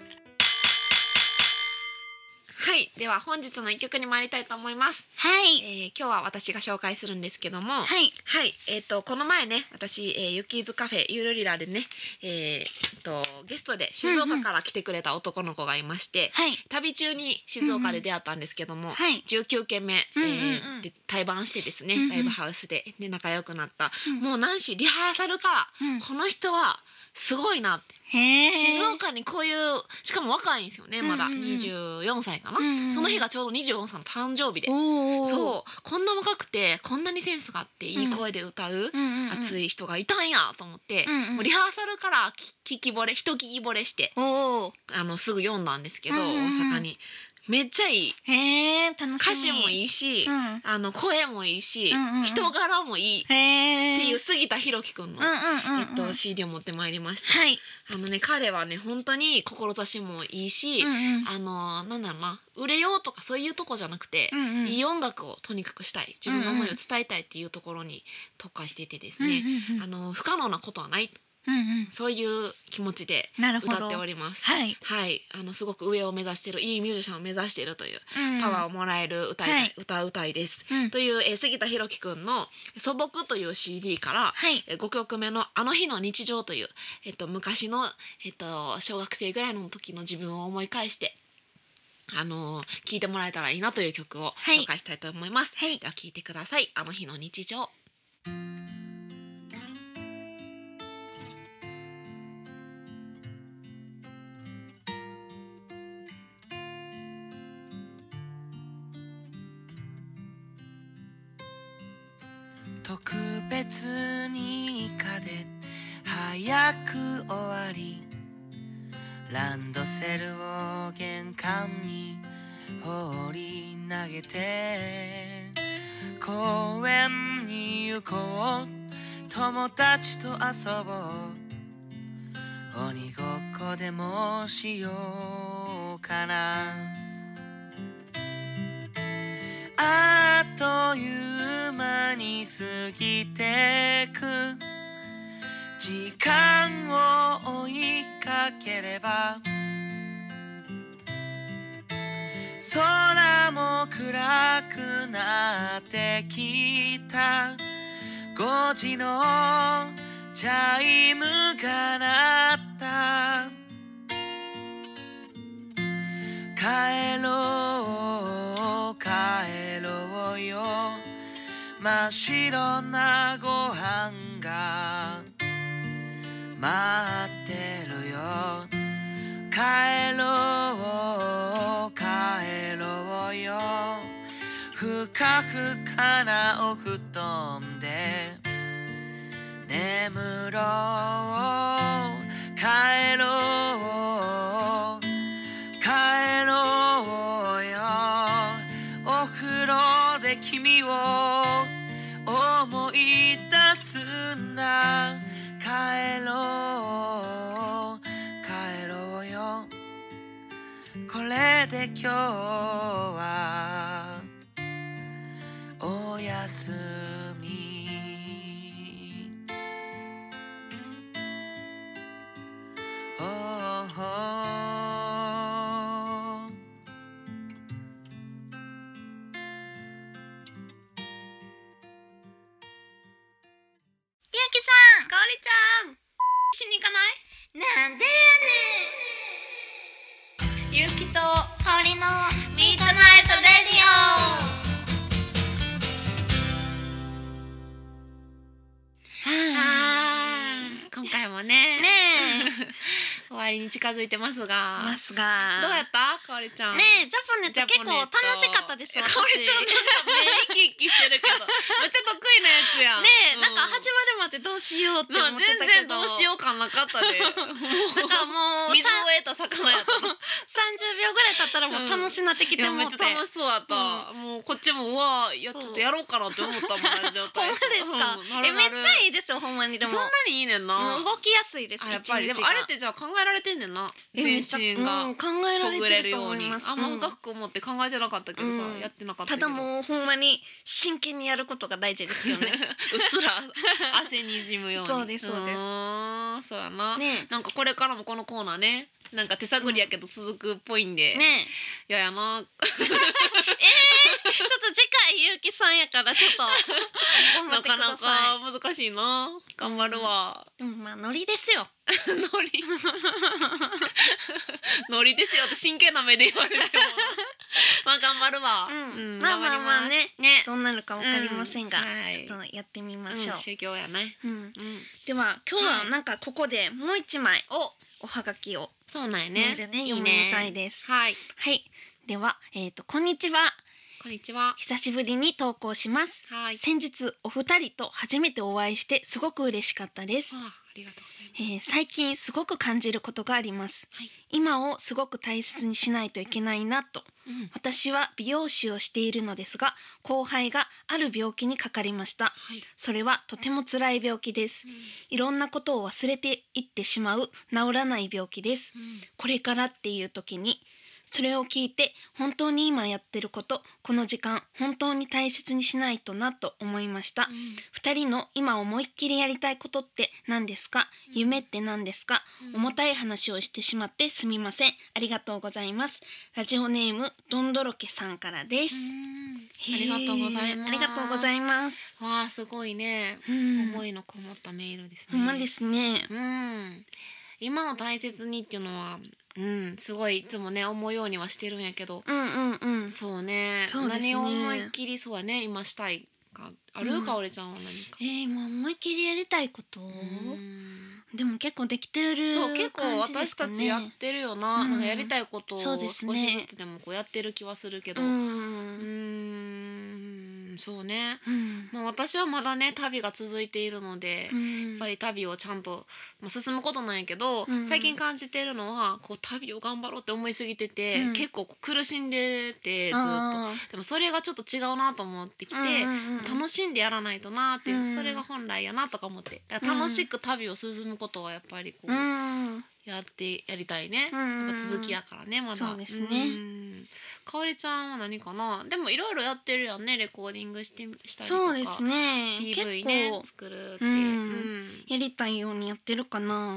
[SPEAKER 2] はいでは本日の一曲に参りたいと思います、
[SPEAKER 1] はい
[SPEAKER 2] えー、今日は私が紹介するんですけども
[SPEAKER 1] はい
[SPEAKER 2] はい、えっ、とこの前ね、私、えー、ゆきーずカフェゆるりらでね、えー、とゲストで静岡から来てくれた男の子がいまして、
[SPEAKER 1] はい
[SPEAKER 2] 旅中に静岡で出会ったんですけども、
[SPEAKER 1] はい
[SPEAKER 2] 19件目、
[SPEAKER 1] うんうん
[SPEAKER 2] え
[SPEAKER 1] うん
[SPEAKER 2] ーで対バンしてですね、
[SPEAKER 1] うんうん
[SPEAKER 2] ライブハウスで、ね、仲良くなった、
[SPEAKER 1] うん
[SPEAKER 2] もう何しリハーサルから
[SPEAKER 1] うん
[SPEAKER 2] この人はすごいなって、
[SPEAKER 1] へえ
[SPEAKER 2] 静岡にこういうしかも若いんですよねまだ、
[SPEAKER 1] うんうんうん
[SPEAKER 2] 24歳かな、
[SPEAKER 1] うんうんうん
[SPEAKER 2] その日がちょうど24歳の誕生日で、
[SPEAKER 1] おお
[SPEAKER 2] そうこんな若くてこんなにセンスがあっていい声で歌う、
[SPEAKER 1] うんうんうん
[SPEAKER 2] 熱い人がいたんやと思って、
[SPEAKER 1] うんうん
[SPEAKER 2] もうリハーサルから聞聞き惚れ人聞き惚れして
[SPEAKER 1] おお
[SPEAKER 2] あのすぐ読んだんですけど、
[SPEAKER 1] うんうんうん
[SPEAKER 2] 大阪にめっちゃいい
[SPEAKER 1] へえ楽しみ
[SPEAKER 2] 歌詞も
[SPEAKER 1] い
[SPEAKER 2] いいし、
[SPEAKER 1] うん
[SPEAKER 2] あの声もいいし、
[SPEAKER 1] うんうんうん
[SPEAKER 2] 人柄もいいっ
[SPEAKER 1] へえ
[SPEAKER 2] ていう杉田裕樹くんの、
[SPEAKER 1] うんうんうん、うん、
[SPEAKER 2] えっと、CD を持ってまいりました、
[SPEAKER 1] はい、
[SPEAKER 2] あのね彼はね本当に志もいいし、
[SPEAKER 1] んうん
[SPEAKER 2] あのなんだろうな売れようとかそういうとこじゃなくて、
[SPEAKER 1] うんうん
[SPEAKER 2] いい音楽をとにかくしたい自分の思いを伝えたいっていうところに特化していてです
[SPEAKER 1] うん
[SPEAKER 2] ね、
[SPEAKER 1] うんうん
[SPEAKER 2] あの不可能なことはない
[SPEAKER 1] うんうん
[SPEAKER 2] そういう気持ちで
[SPEAKER 1] なるほど
[SPEAKER 2] 歌っております。
[SPEAKER 1] はい、
[SPEAKER 2] はい、あのすごく上を目指してるいいミュージシャンを目指しているというパワーを
[SPEAKER 1] ー、
[SPEAKER 2] もらえる歌い、
[SPEAKER 1] はい
[SPEAKER 2] 歌う歌いです。
[SPEAKER 1] うん、
[SPEAKER 2] という、えー杉田裕樹くんの「素朴」という CD から
[SPEAKER 1] はい、
[SPEAKER 2] 5曲目の「あの日の日常」という、えっと、昔の、えっと、小学生ぐらいの時の自分を思い返して、あのー聞いてもらえたらいいなという曲を
[SPEAKER 1] はい
[SPEAKER 2] 紹介したいと思います。
[SPEAKER 1] はい
[SPEAKER 2] では聞いてください。あの日の日常。
[SPEAKER 3] 特別に家で早く終わりランドセルを玄関に放り投げて公園に行こう友達と遊ぼう鬼ごっこでもしようかなあっという間に過ぎてく時間を追いかければ空も暗くなってきた5時のチャイムが鳴った帰ろう帰ろうよ真っ白なご飯が待ってるよ帰ろう帰ろうよふかふかなお布団で眠ろう帰ろう帰ろうよお風呂で君を思い出すんだ帰ろう帰ろうよこれで今日はおやすみおーほー
[SPEAKER 1] ゆうきさん、かおりちゃん、
[SPEAKER 2] しに行かない
[SPEAKER 1] なんで
[SPEAKER 2] ゆうきと
[SPEAKER 1] やねん。かおりの
[SPEAKER 2] ミートナイト
[SPEAKER 1] レディオ。
[SPEAKER 2] はわりに近づいてますが
[SPEAKER 1] ますが
[SPEAKER 2] どうやったかおりちゃん
[SPEAKER 1] ねえジャポネット結構楽しかったです
[SPEAKER 2] よ
[SPEAKER 1] よ
[SPEAKER 2] か
[SPEAKER 1] 私
[SPEAKER 2] おりちゃんなんか目生き生きしてるけ どめっちゃ得意なやつやん
[SPEAKER 1] ねえ、
[SPEAKER 2] う
[SPEAKER 1] なんか始まるまでどうしようって思
[SPEAKER 2] な
[SPEAKER 1] っ
[SPEAKER 2] んか
[SPEAKER 1] てた
[SPEAKER 2] 全
[SPEAKER 1] け
[SPEAKER 2] 然
[SPEAKER 1] ど
[SPEAKER 2] どうしよう感なかった で
[SPEAKER 1] なんかもう
[SPEAKER 2] 水を
[SPEAKER 1] さ
[SPEAKER 2] 得た魚やったな
[SPEAKER 1] 三十秒ぐらい経ったらもう楽しなってき
[SPEAKER 2] い
[SPEAKER 1] て
[SPEAKER 2] や
[SPEAKER 1] も
[SPEAKER 2] めっ
[SPEAKER 1] うて、
[SPEAKER 2] ちゃ楽しそうやった、もうこっちもうわーいやち
[SPEAKER 1] そう
[SPEAKER 2] ょっとやろうかなって思ったもん同じ状
[SPEAKER 1] ほんま
[SPEAKER 2] 態
[SPEAKER 1] ですか、
[SPEAKER 2] うんな
[SPEAKER 1] え
[SPEAKER 2] るなる
[SPEAKER 1] めっちゃいいですよほんまにで
[SPEAKER 2] そ
[SPEAKER 1] も
[SPEAKER 2] んなにいいねんな、
[SPEAKER 1] うん動きやすいです
[SPEAKER 2] あやっぱり
[SPEAKER 1] 一日
[SPEAKER 2] で
[SPEAKER 1] が
[SPEAKER 2] もあれってじゃあ考えられてんねんな
[SPEAKER 1] え
[SPEAKER 2] 全身が
[SPEAKER 1] めっちゃうん考えら
[SPEAKER 2] ほ
[SPEAKER 1] れ
[SPEAKER 2] ぐ
[SPEAKER 1] て
[SPEAKER 2] れ
[SPEAKER 1] る
[SPEAKER 2] る
[SPEAKER 1] と
[SPEAKER 2] よう
[SPEAKER 1] 思い
[SPEAKER 2] に
[SPEAKER 1] ます
[SPEAKER 2] あんま
[SPEAKER 1] うん
[SPEAKER 2] 深く思って考えてなかったけどさ、
[SPEAKER 1] うん
[SPEAKER 2] やってなかったたけど
[SPEAKER 1] だもうほんまに真剣にやることが大事ですよね
[SPEAKER 2] うっすら汗にじむように
[SPEAKER 1] そうですそうです
[SPEAKER 2] うーんそうやな、
[SPEAKER 1] ね
[SPEAKER 2] なんかこれからもこのコーナーねなんか手探りやけど続くっぽいんで、
[SPEAKER 1] えね
[SPEAKER 2] いややな
[SPEAKER 1] えちょっと次回ゆうきさんやからちょっと頑張
[SPEAKER 2] な
[SPEAKER 1] ってくだ
[SPEAKER 2] か
[SPEAKER 1] さい
[SPEAKER 2] なか難しいな頑張るわ、
[SPEAKER 1] でもまあノリですよ
[SPEAKER 2] ノリノリですよって真剣な目で言 われてもまあ頑張るわ、
[SPEAKER 1] うんまあ
[SPEAKER 2] 頑張
[SPEAKER 1] まあ
[SPEAKER 2] り
[SPEAKER 1] まあ
[SPEAKER 2] ます
[SPEAKER 1] ね
[SPEAKER 2] ね
[SPEAKER 1] どうなるかわかりませんが、
[SPEAKER 2] うんはい
[SPEAKER 1] ちょっとやってみま
[SPEAKER 2] うん
[SPEAKER 1] しょう、
[SPEAKER 2] 修行やね、
[SPEAKER 1] うん、
[SPEAKER 2] うん、
[SPEAKER 1] では今日
[SPEAKER 2] は
[SPEAKER 1] はいなんかここでもう一枚
[SPEAKER 2] お
[SPEAKER 1] おはがきを
[SPEAKER 2] そうなん
[SPEAKER 1] メ
[SPEAKER 2] やね
[SPEAKER 1] ールでね
[SPEAKER 2] いい
[SPEAKER 1] 読み
[SPEAKER 2] ね
[SPEAKER 1] たいです
[SPEAKER 2] はい
[SPEAKER 1] はいではえっ、とこんにちは
[SPEAKER 2] こんにちは
[SPEAKER 1] 久しぶりに投稿します
[SPEAKER 2] はい
[SPEAKER 1] 先日お二人と初めてお会いしてすごく嬉しかったです
[SPEAKER 2] あありがとうございます
[SPEAKER 1] えー最近すごく感じることがあります、
[SPEAKER 2] はい
[SPEAKER 1] 今をすごく大切にしないといけないなと
[SPEAKER 2] うん
[SPEAKER 1] 私は美容師をしているのですが後輩がある病気にかかりました
[SPEAKER 2] はい
[SPEAKER 1] それはとても辛い病気です
[SPEAKER 2] う
[SPEAKER 1] いろんなことを忘れていってしまう治らない病気です
[SPEAKER 2] ん
[SPEAKER 1] これからっていう時にそれを聞いて本当に今やってることこの時間本当に大切にしないとなと思いました二人の今思いっきりやりたいことって何ですか夢って何ですか重
[SPEAKER 2] い
[SPEAKER 1] たい話をしてしまってすみませんありがとうございますラジオネームどんどろけさんからです
[SPEAKER 2] ありがとうございます
[SPEAKER 1] へーありがとうございます
[SPEAKER 2] わあすごいね
[SPEAKER 1] うん
[SPEAKER 2] 思いのこもったメールですね
[SPEAKER 1] ほんまですね
[SPEAKER 2] うん今を大切にっていうのはうんすごいいつもね思うようにはしてるんやけど
[SPEAKER 1] うんうんうん
[SPEAKER 2] そうね
[SPEAKER 1] そうですね
[SPEAKER 2] 何を思いっきりそうやね今したいかある、
[SPEAKER 1] うん
[SPEAKER 2] かおりちゃんは何か
[SPEAKER 1] えー、今思いっきりやりたいこと、
[SPEAKER 2] うん
[SPEAKER 1] でも結構できてる
[SPEAKER 2] そう結構
[SPEAKER 1] 感じで
[SPEAKER 2] 私
[SPEAKER 1] すか
[SPEAKER 2] た
[SPEAKER 1] ね
[SPEAKER 2] ちやってるよな,、
[SPEAKER 1] うん
[SPEAKER 2] なんかやりたいことを
[SPEAKER 1] そう
[SPEAKER 2] 少
[SPEAKER 1] で
[SPEAKER 2] し
[SPEAKER 1] すね
[SPEAKER 2] ずつでもこうやってる気はするけど
[SPEAKER 1] う
[SPEAKER 2] うーん
[SPEAKER 1] ん、
[SPEAKER 2] んそうね、
[SPEAKER 1] うん
[SPEAKER 2] まあ、私はまだね旅が続いているので、
[SPEAKER 1] う
[SPEAKER 2] や
[SPEAKER 1] ん
[SPEAKER 2] っぱり旅をちゃんと、まあ、進むことなんやけど、
[SPEAKER 1] うん
[SPEAKER 2] 最近感じてるのはこう旅を頑張ろうって思いすぎてて、
[SPEAKER 1] うん
[SPEAKER 2] 結構こう苦しんでてずっと
[SPEAKER 1] あー
[SPEAKER 2] でもそれがちょっと違うなと思ってきて、
[SPEAKER 1] うんうんうん
[SPEAKER 2] 楽しんでやらないとなっていう、
[SPEAKER 1] うん
[SPEAKER 2] それが本来やなとか思ってだから楽しく旅を進むことはやっぱりこう、
[SPEAKER 1] うん
[SPEAKER 2] やってやりたいね、
[SPEAKER 1] うん
[SPEAKER 2] やっぱ続きやからねまだ
[SPEAKER 1] そうですね
[SPEAKER 2] うんかおりちゃんは何かなでもいろいろやってるやんねレコーディングしてみしたりとか
[SPEAKER 1] そうですね
[SPEAKER 2] PV
[SPEAKER 1] 結
[SPEAKER 2] ね
[SPEAKER 1] 構
[SPEAKER 2] 作るって
[SPEAKER 1] う
[SPEAKER 2] うんん、
[SPEAKER 1] やりたいようにやってるかな、
[SPEAKER 2] うん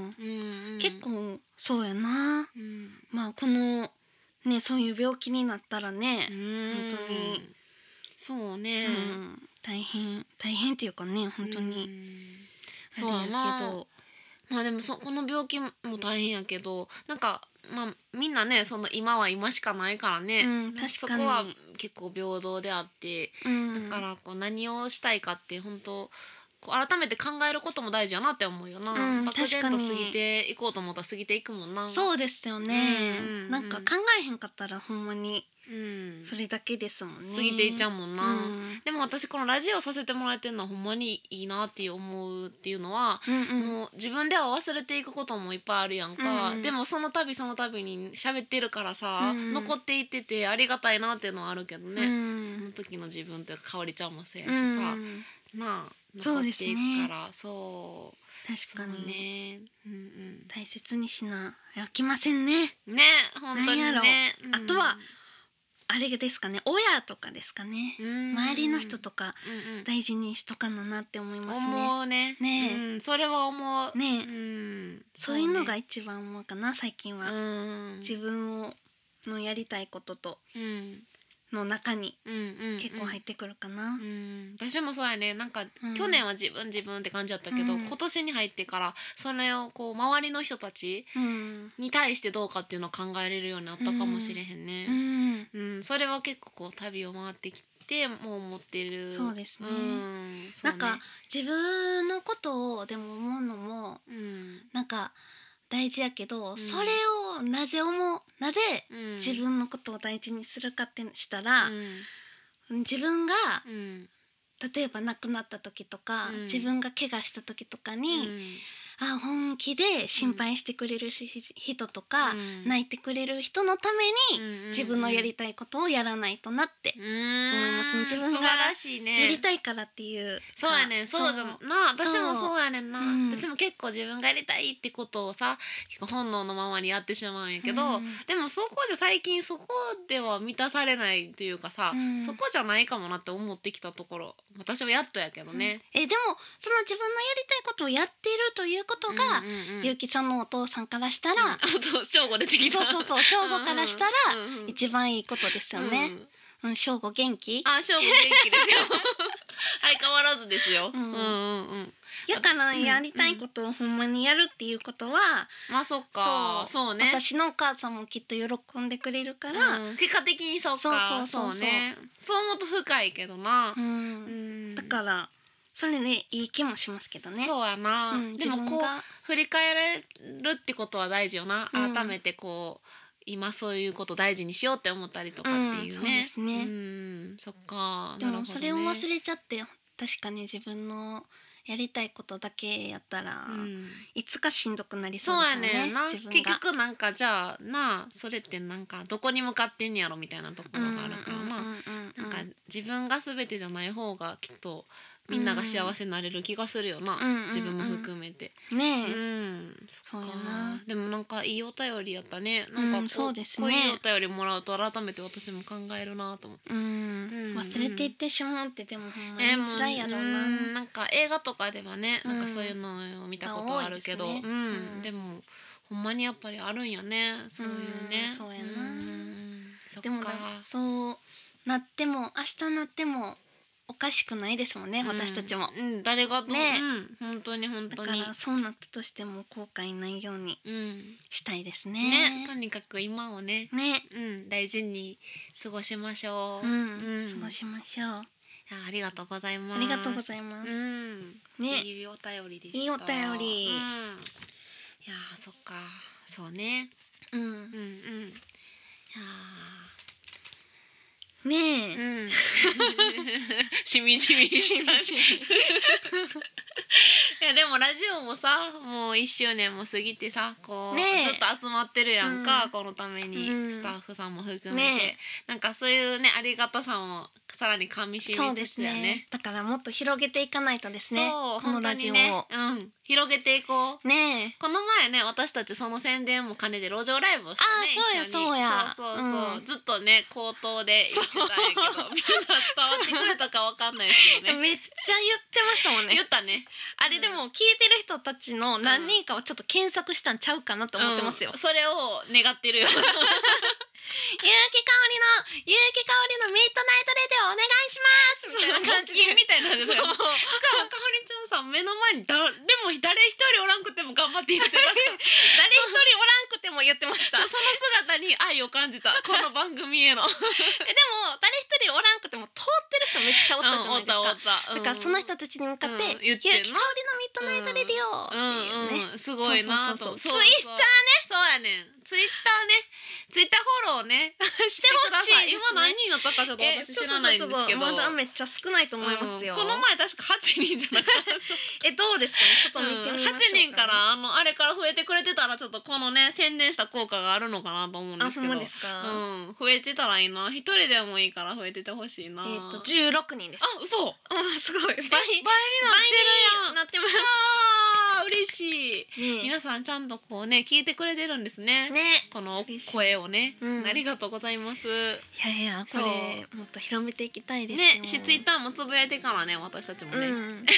[SPEAKER 2] うん
[SPEAKER 1] 結、構そうやな
[SPEAKER 2] うん
[SPEAKER 1] まあこのねそういう病気になったらね、
[SPEAKER 2] うん
[SPEAKER 1] 本当に
[SPEAKER 2] そう
[SPEAKER 1] う
[SPEAKER 2] ね、
[SPEAKER 1] ん大変大変っていうかね本当
[SPEAKER 2] う
[SPEAKER 1] に、
[SPEAKER 2] んそうや
[SPEAKER 1] あ
[SPEAKER 2] な
[SPEAKER 1] れやけど
[SPEAKER 2] まあでもそこの病気も大変やけどなんかまあみんなねその今は今しかないからね、
[SPEAKER 1] うん
[SPEAKER 2] なん
[SPEAKER 1] 確かに
[SPEAKER 2] そこは結構平等であって、
[SPEAKER 1] うん
[SPEAKER 2] だからこう何をしたいかって本当こう改めて考えることも大事やなって思うよな、
[SPEAKER 1] うん
[SPEAKER 2] 漠然と過
[SPEAKER 1] 確かに
[SPEAKER 2] ぎていこうと思ったら過ぎていくもんなう、
[SPEAKER 1] そうですよね、
[SPEAKER 2] うんうんうん
[SPEAKER 1] なんか考えへんかったらほんまに
[SPEAKER 2] うん、
[SPEAKER 1] それだけですもんね
[SPEAKER 2] 過ぎていっちゃう
[SPEAKER 1] も
[SPEAKER 2] もん
[SPEAKER 1] ん
[SPEAKER 2] な、でも私このラジオさせてもらえてるのはほんまにいいなって思うっていうのは
[SPEAKER 1] うんうん
[SPEAKER 2] もう自分では忘れていくこともいっぱいあるやんか、
[SPEAKER 1] うん
[SPEAKER 2] でもその度その度に喋ってるから
[SPEAKER 1] う
[SPEAKER 2] さ、
[SPEAKER 1] ん
[SPEAKER 2] 残っていっててありがたいなっていうのはあるけど
[SPEAKER 1] う
[SPEAKER 2] ね、その
[SPEAKER 1] ん
[SPEAKER 2] 時の自分というか香りちゃんもそうやし
[SPEAKER 1] う
[SPEAKER 2] さ、
[SPEAKER 1] ん、
[SPEAKER 2] なあ
[SPEAKER 1] そう
[SPEAKER 2] 残
[SPEAKER 1] で
[SPEAKER 2] っ
[SPEAKER 1] す
[SPEAKER 2] て
[SPEAKER 1] ね
[SPEAKER 2] いくからそう
[SPEAKER 1] 確
[SPEAKER 2] そ
[SPEAKER 1] か
[SPEAKER 2] う
[SPEAKER 1] に
[SPEAKER 2] ねうんうん
[SPEAKER 1] 大切にしな飽きませんね
[SPEAKER 2] ね本当に
[SPEAKER 1] なんや
[SPEAKER 2] ね、
[SPEAKER 1] ろあとはあれですかね親とかですかね、周
[SPEAKER 2] 周
[SPEAKER 1] りの人とか
[SPEAKER 2] うんうん
[SPEAKER 1] 大事にしとかななって思いますね
[SPEAKER 2] 思うね
[SPEAKER 1] ねえ
[SPEAKER 2] うん、それは思う、
[SPEAKER 1] ねえ
[SPEAKER 2] うん、
[SPEAKER 1] そういうのが
[SPEAKER 2] い
[SPEAKER 1] 一番思うかな最近は、
[SPEAKER 2] うん、
[SPEAKER 1] 自分をのやりたいことと
[SPEAKER 2] うん
[SPEAKER 1] の中に
[SPEAKER 2] うんうんうん、
[SPEAKER 1] 結構入ってくるかな
[SPEAKER 2] う、ん私もそうやねなんか、
[SPEAKER 1] うん
[SPEAKER 2] 去年は自分自分って感じだったけど、
[SPEAKER 1] うん
[SPEAKER 2] 今年に入ってからそれをこう周りの人たち
[SPEAKER 1] うん
[SPEAKER 2] に対してどうかっていうのを考えれるようになったかもしれへん
[SPEAKER 1] う
[SPEAKER 2] ね、
[SPEAKER 1] ん、
[SPEAKER 2] うんそれは結構こう旅を回ってきてもう思ってる
[SPEAKER 1] そうですね
[SPEAKER 2] うんそ
[SPEAKER 1] な
[SPEAKER 2] うね
[SPEAKER 1] んか自分のことをでも思うのも
[SPEAKER 2] うん
[SPEAKER 1] なんか大事やけど、
[SPEAKER 2] ん
[SPEAKER 1] それをなぜ思うなぜ
[SPEAKER 2] うん
[SPEAKER 1] 自分のことを大事にするかってしたら
[SPEAKER 2] う、ん
[SPEAKER 1] 自分が
[SPEAKER 2] うん
[SPEAKER 1] 例えば亡くなった時とか、
[SPEAKER 2] うん
[SPEAKER 1] 自分が怪我した時とかに、
[SPEAKER 2] うん
[SPEAKER 1] あ本気で心配してくれるし人とか、
[SPEAKER 2] うん
[SPEAKER 1] 泣いてくれる人のために、
[SPEAKER 2] うん
[SPEAKER 1] 自分のやりたいことをやらないとなって
[SPEAKER 2] う、ん
[SPEAKER 1] 思いますね自分が
[SPEAKER 2] 素晴らしいね
[SPEAKER 1] やりたいからっていう
[SPEAKER 2] そうやねんそうじゃな私もそうやねんな、
[SPEAKER 1] うん
[SPEAKER 2] 私も結構自分がやりたいってことをさ結構本能のままにやってしまうんやけど、
[SPEAKER 1] うん
[SPEAKER 2] でもそこじゃ最近そこでは満たされないというかさ、
[SPEAKER 1] うん
[SPEAKER 2] そこじゃないかもなって思ってきたところ私はやっとやけどね。
[SPEAKER 1] うんえでもその自分のやりたいことをやっているということが、
[SPEAKER 2] うんうんうん
[SPEAKER 1] ゆうきさんのお父さんからした
[SPEAKER 2] うん
[SPEAKER 1] ら、
[SPEAKER 2] あと正午出てきた
[SPEAKER 1] そうそうそう正吾からしたら、
[SPEAKER 2] うんうん
[SPEAKER 1] 一番いいことですよね。
[SPEAKER 2] うん
[SPEAKER 1] うん、正吾元気。
[SPEAKER 2] あ正午元気ですよ 相変わらずですよ、
[SPEAKER 1] うん
[SPEAKER 2] うんうんうん
[SPEAKER 1] やから
[SPEAKER 2] うん
[SPEAKER 1] やりたいことをほんまにやるっていうことは、
[SPEAKER 2] まあそっか
[SPEAKER 1] そう
[SPEAKER 2] そうね
[SPEAKER 1] 私のお母さんもきっと喜んでくれるから、
[SPEAKER 2] うん結果的にそうか
[SPEAKER 1] そうそうそうそう
[SPEAKER 2] ねそう思うと深いけどな
[SPEAKER 1] う、ん
[SPEAKER 2] うん
[SPEAKER 1] だからそれねいい気もしますけどね。
[SPEAKER 2] そうやな、
[SPEAKER 1] うん、
[SPEAKER 2] で
[SPEAKER 1] 自
[SPEAKER 2] も
[SPEAKER 1] 分
[SPEAKER 2] こう
[SPEAKER 1] が
[SPEAKER 2] 振り返れるってことは大事よな、
[SPEAKER 1] うん
[SPEAKER 2] 改めてこう今そういうこと大事にしようって思ったりとかってい
[SPEAKER 1] うん
[SPEAKER 2] うね、
[SPEAKER 1] そうですね
[SPEAKER 2] うんそっか
[SPEAKER 1] でもそれを忘
[SPEAKER 2] れ
[SPEAKER 1] れちゃって確かに自分のやりたいことだけやったら、
[SPEAKER 2] うん、
[SPEAKER 1] いつかしんどくなりそ
[SPEAKER 2] そうう
[SPEAKER 1] です
[SPEAKER 2] や
[SPEAKER 1] よね
[SPEAKER 2] ねんな
[SPEAKER 1] 自
[SPEAKER 2] 結
[SPEAKER 1] 分が
[SPEAKER 2] 局なんかじゃあなあそれってなんかどこに向かってんやろみたいなところがあるからな、
[SPEAKER 1] うんうんうんう
[SPEAKER 2] なん
[SPEAKER 1] ん
[SPEAKER 2] か自分が全てじゃない方がきっとみんなが幸せになれる気がするよな、
[SPEAKER 1] うんうんうん
[SPEAKER 2] 自分も含めて。
[SPEAKER 1] ね
[SPEAKER 2] う
[SPEAKER 1] え、
[SPEAKER 2] ん、そ
[SPEAKER 1] そう
[SPEAKER 2] っか
[SPEAKER 1] やな
[SPEAKER 2] でもなんかいいお便りやったね。なんかこう,、
[SPEAKER 1] うんそうですね
[SPEAKER 2] こういうお便りもらうと改めて私も考えるなと思っ
[SPEAKER 1] う
[SPEAKER 2] て。
[SPEAKER 1] ん
[SPEAKER 2] うん
[SPEAKER 1] 忘れていってしまうってでもほんまに
[SPEAKER 2] えーもう
[SPEAKER 1] 辛いやろうな、
[SPEAKER 2] んなんか映画とかではね、なんか
[SPEAKER 1] うん
[SPEAKER 2] そういうのを見たことはあるけど、
[SPEAKER 1] まあ多いですね
[SPEAKER 2] うん
[SPEAKER 1] うん
[SPEAKER 2] でもほんまにやっぱりあるんやね。そういうね。
[SPEAKER 1] うんそうやなん
[SPEAKER 2] そっ
[SPEAKER 1] で
[SPEAKER 2] か。
[SPEAKER 1] もなそうなっても明日なってもおかしくないですもんね、
[SPEAKER 2] うん
[SPEAKER 1] 私たちも
[SPEAKER 2] うん、誰がどう、
[SPEAKER 1] ね
[SPEAKER 2] うん、本当に本
[SPEAKER 1] だ
[SPEAKER 2] 当
[SPEAKER 1] か
[SPEAKER 2] に。
[SPEAKER 1] らそうなったとしても後悔ないように
[SPEAKER 2] うん。
[SPEAKER 1] したいです
[SPEAKER 2] ね
[SPEAKER 1] ね
[SPEAKER 2] とにかく今をね、
[SPEAKER 1] ね
[SPEAKER 2] うん、大事に過ごしましょう。
[SPEAKER 1] うん、
[SPEAKER 2] うん
[SPEAKER 1] 過ごしましょう
[SPEAKER 2] あありがとうございます。
[SPEAKER 1] ありがとうございます、
[SPEAKER 2] うん、
[SPEAKER 1] ね
[SPEAKER 2] いいお便りでした。
[SPEAKER 1] いいお便り
[SPEAKER 2] うん、いやーそっか、そうね。
[SPEAKER 1] う
[SPEAKER 2] うん
[SPEAKER 1] ん
[SPEAKER 2] うん。い
[SPEAKER 1] ね
[SPEAKER 2] や
[SPEAKER 1] え、
[SPEAKER 2] ー、うん。しみじみしみじみ。いやでもラジオもさ、もう一周年も過ぎてさ、こう、
[SPEAKER 1] ねえ
[SPEAKER 2] ずっと集まってるやんか、
[SPEAKER 1] うん
[SPEAKER 2] このために、
[SPEAKER 1] うん
[SPEAKER 2] スタッフさんも含めて、
[SPEAKER 1] ね
[SPEAKER 2] なんかそういうねありがたさもさらに噛みし
[SPEAKER 1] そう
[SPEAKER 2] め
[SPEAKER 1] で
[SPEAKER 2] つ
[SPEAKER 1] す
[SPEAKER 2] つやね
[SPEAKER 1] ね。だからもっと広げていかないとですね
[SPEAKER 2] そう
[SPEAKER 1] この
[SPEAKER 2] 本当
[SPEAKER 1] ラジ
[SPEAKER 2] に
[SPEAKER 1] オをね、
[SPEAKER 2] ねうん、広げていこう。
[SPEAKER 1] ね
[SPEAKER 2] この前ね私たちその宣伝も兼ねて路上ライブをしたね
[SPEAKER 1] あーそうや
[SPEAKER 2] 一緒
[SPEAKER 1] そ
[SPEAKER 2] に
[SPEAKER 1] うや
[SPEAKER 2] そうそうそう
[SPEAKER 1] うん
[SPEAKER 2] ずっとね口頭で言ってたんやけどみんな伝わってくれたかわかんないです け
[SPEAKER 1] え
[SPEAKER 2] どね
[SPEAKER 1] めっちゃ言ってましたもんね
[SPEAKER 2] 言ったね
[SPEAKER 1] あれでも聞いてる人たちの何人かはちょっと検索したんちゃうかなと思ってますよ、
[SPEAKER 2] うんそれを願ってるよ
[SPEAKER 1] ゆうきかおりのゆうきかおりのミッドナイトレディオお願いしますみたいな感じで
[SPEAKER 2] みたいなんですよ
[SPEAKER 1] そ
[SPEAKER 2] しかも
[SPEAKER 1] う
[SPEAKER 2] かおりちゃんさん目の前に誰も誰一人おらんくても頑張って言ってた
[SPEAKER 1] 誰一人おらんくても言ってましたえ
[SPEAKER 2] その姿に愛を感じたこの番組へのおっ
[SPEAKER 1] でも誰一人おらんくても通ってる人めっちゃおったじゃないですか、
[SPEAKER 2] おった
[SPEAKER 1] だからその人たちに向かって、
[SPEAKER 2] うん言っ
[SPEAKER 1] ゆうきかお
[SPEAKER 2] て
[SPEAKER 1] り
[SPEAKER 2] ん
[SPEAKER 1] の
[SPEAKER 2] な
[SPEAKER 1] ミッドナイトレディオっていうね、
[SPEAKER 2] うんうん、すごいなと思う。
[SPEAKER 1] そうそうそうそうツイッターね
[SPEAKER 2] そうやねん。ツイッターね。ツイッターフォローね。してください。
[SPEAKER 1] してほしいですね
[SPEAKER 2] 今何人のったかちょっと
[SPEAKER 1] え
[SPEAKER 2] 私知らないんですけど。
[SPEAKER 1] まだめっちゃ少ないと思いますよ、
[SPEAKER 2] うんこの前確か8人じゃなかった。
[SPEAKER 1] えどうですかねちょっと見てみましょうか、ね
[SPEAKER 2] 8人からあのあれから増えてくれてたらちょっとこのね宣伝した効果があるのかなと思うんで
[SPEAKER 1] あ
[SPEAKER 2] す
[SPEAKER 1] ほ
[SPEAKER 2] け
[SPEAKER 1] ん
[SPEAKER 2] ど。
[SPEAKER 1] まですか、
[SPEAKER 2] うん、増えてたらいいな。一人でもいいから増えててほしいな。
[SPEAKER 1] えっ、と十六人です。
[SPEAKER 2] あ、嘘。
[SPEAKER 1] うんすごい倍倍に
[SPEAKER 2] 倍になってるやん。
[SPEAKER 1] なってま
[SPEAKER 2] あー嬉しい。
[SPEAKER 1] す。ね
[SPEAKER 2] 皆さんちゃんとこうね聞いてくれてるんですね。
[SPEAKER 1] ね
[SPEAKER 2] この
[SPEAKER 1] 嬉しい
[SPEAKER 2] 声をね、
[SPEAKER 1] うん
[SPEAKER 2] ありがとうございます。
[SPEAKER 1] いやいやこれもっと広めていきたいですよ
[SPEAKER 2] ね、しツイッターもつぶやいてからね、私たちも
[SPEAKER 1] う
[SPEAKER 2] ね。
[SPEAKER 1] ん、私たまに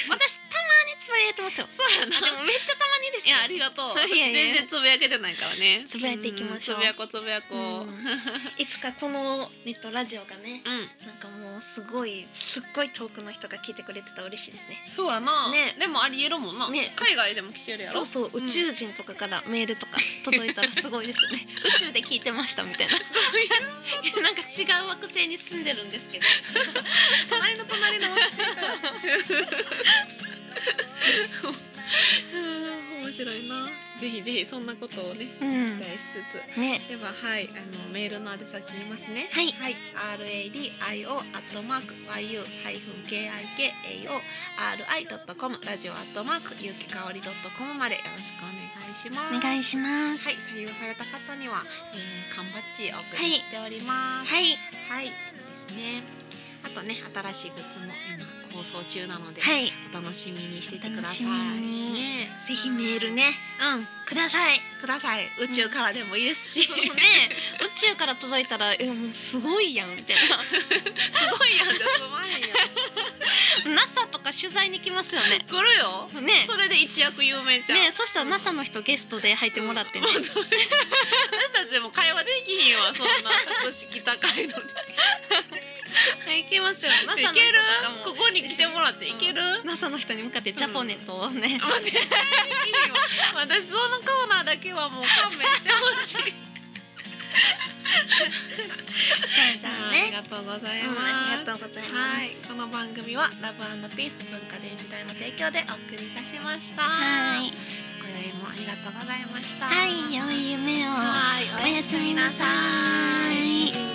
[SPEAKER 1] つぶやいてますよ。
[SPEAKER 2] そうやな
[SPEAKER 1] あでもめっちゃたまにです、
[SPEAKER 2] いやありがとう。
[SPEAKER 1] いやいや
[SPEAKER 2] 私全然つぶやけてないからね。
[SPEAKER 1] つぶやいていきましょうん
[SPEAKER 2] つぶやこうつぶやこう。う
[SPEAKER 1] う
[SPEAKER 2] ん。
[SPEAKER 1] んいつかこのネットラジオがね、なんかもうすごいすっごい遠くの人が聞いてくれてたら嬉しいですね。
[SPEAKER 2] そうやな。
[SPEAKER 1] ね
[SPEAKER 2] でもありえるもんな。
[SPEAKER 1] ね
[SPEAKER 2] 海外でも聞けるや
[SPEAKER 1] そ
[SPEAKER 2] ろ。
[SPEAKER 1] うそう宇宙人とかからメールとか届いたらすごいですよ ね。宇宙で聞いてましたみたい な。なんか違う惑星に住んでるんですけど。
[SPEAKER 2] 隣の隣の。面白いなぜひぜひそんなことをね
[SPEAKER 1] う
[SPEAKER 2] 期
[SPEAKER 1] ん
[SPEAKER 2] 待しつつ
[SPEAKER 1] ね
[SPEAKER 2] でははいあのメールの宛先言いますね
[SPEAKER 1] はい
[SPEAKER 2] はい RADIO アットマーク YU-KIKAORI.com ラジオアットマークゆうきかおり .com までよろしくお願いします
[SPEAKER 1] お
[SPEAKER 2] はい
[SPEAKER 1] 願いしますはい、
[SPEAKER 2] 採用された方には、えー、缶バッジお送りしております
[SPEAKER 1] はい
[SPEAKER 2] はい、そうですねあとね新しいグッズも今放送中なので、お楽しみにしていてください
[SPEAKER 1] お楽しみに
[SPEAKER 2] ね
[SPEAKER 1] ぜひメールね
[SPEAKER 2] うん
[SPEAKER 1] ください
[SPEAKER 2] ください宇宙からでもいいです し、
[SPEAKER 1] ね宇宙から届いたらいやもうすごいやんみたい
[SPEAKER 2] すごいやんじゃすまへんや
[SPEAKER 1] な
[SPEAKER 2] ん
[SPEAKER 1] NASA とか取材に来ますよね
[SPEAKER 2] 来るよ
[SPEAKER 1] ね
[SPEAKER 2] それで一躍有名じゃん、
[SPEAKER 1] ねそしたら NASA の人ゲストで入ってもら ってね、
[SPEAKER 2] 私たちも会話できひんわそんな格式高いのに
[SPEAKER 1] いけますよ NASA の人
[SPEAKER 2] いける
[SPEAKER 1] とか
[SPEAKER 2] こ
[SPEAKER 1] も
[SPEAKER 2] こに来てもらっていける、
[SPEAKER 1] NASA の人に向かってジャポネットをね、
[SPEAKER 2] 待ってできひんわ私そのコーナーだけはもう勘弁してほしい
[SPEAKER 1] じゃんじゃんね
[SPEAKER 2] ありがとうござい
[SPEAKER 1] うん
[SPEAKER 2] ま
[SPEAKER 1] あ
[SPEAKER 2] す、
[SPEAKER 1] りがとうございます、
[SPEAKER 2] はい、この番組はラブピース文化電子代の提供でお送りいたしました。
[SPEAKER 1] はい、
[SPEAKER 2] 今宵もありがとうございました。
[SPEAKER 1] はい、良い夢を
[SPEAKER 2] はい、おやすみなさ
[SPEAKER 1] おやすみなさい
[SPEAKER 2] い